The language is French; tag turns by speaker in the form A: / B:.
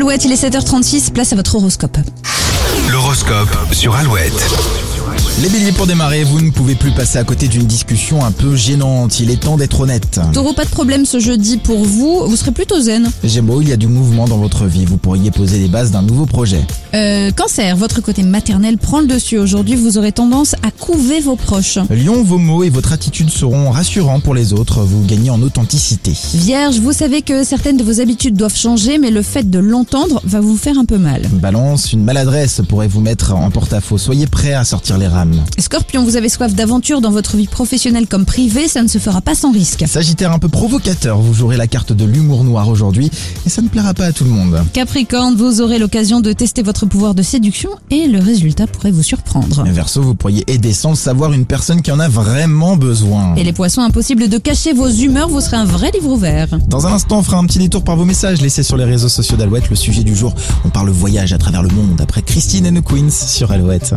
A: Alouette, il est 7h36, place à votre horoscope.
B: L'horoscope sur Alouette.
C: Les béliers, pour démarrer, vous ne pouvez plus passer à côté d'une discussion un peu gênante. Il est temps d'être honnête.
A: Taureau, pas de problème ce jeudi pour vous, vous serez plutôt zen.
C: Gémeaux, il y a du mouvement dans votre vie. Vous pourriez poser les bases d'un nouveau projet.
A: Euh, cancer, votre côté maternel prend le dessus. Aujourd'hui, vous aurez tendance à couver vos proches.
C: Lion, vos mots et votre attitude seront rassurants pour les autres. Vous gagnez en authenticité.
A: Vierge, vous savez que certaines de vos habitudes doivent changer, mais le fait de l'entendre va vous faire un peu mal.
C: Balance, une maladresse pourrait vous mettre en porte-à-faux. Soyez prêts à sortir les rames.
A: Scorpion, vous avez soif d'aventure dans votre vie professionnelle comme privée, ça ne se fera pas sans risque.
C: Sagittaire, un peu provocateur, vous jouerez la carte de l'humour noir aujourd'hui et ça ne plaira pas à tout le monde.
A: Capricorne, vous aurez l'occasion de tester votre pouvoir de séduction et le résultat pourrait vous surprendre.
C: Verseau, vous pourriez aider sans le savoir une personne qui en a vraiment besoin.
A: Et les poissons, impossible de cacher vos humeurs, vous serez un vrai livre ouvert.
C: Dans un instant, on fera un petit détour par vos messages laissés sur les réseaux sociaux d'Alouette. Le sujet du jour, on parle voyage à travers le monde après Christine and the Queens sur Alouette.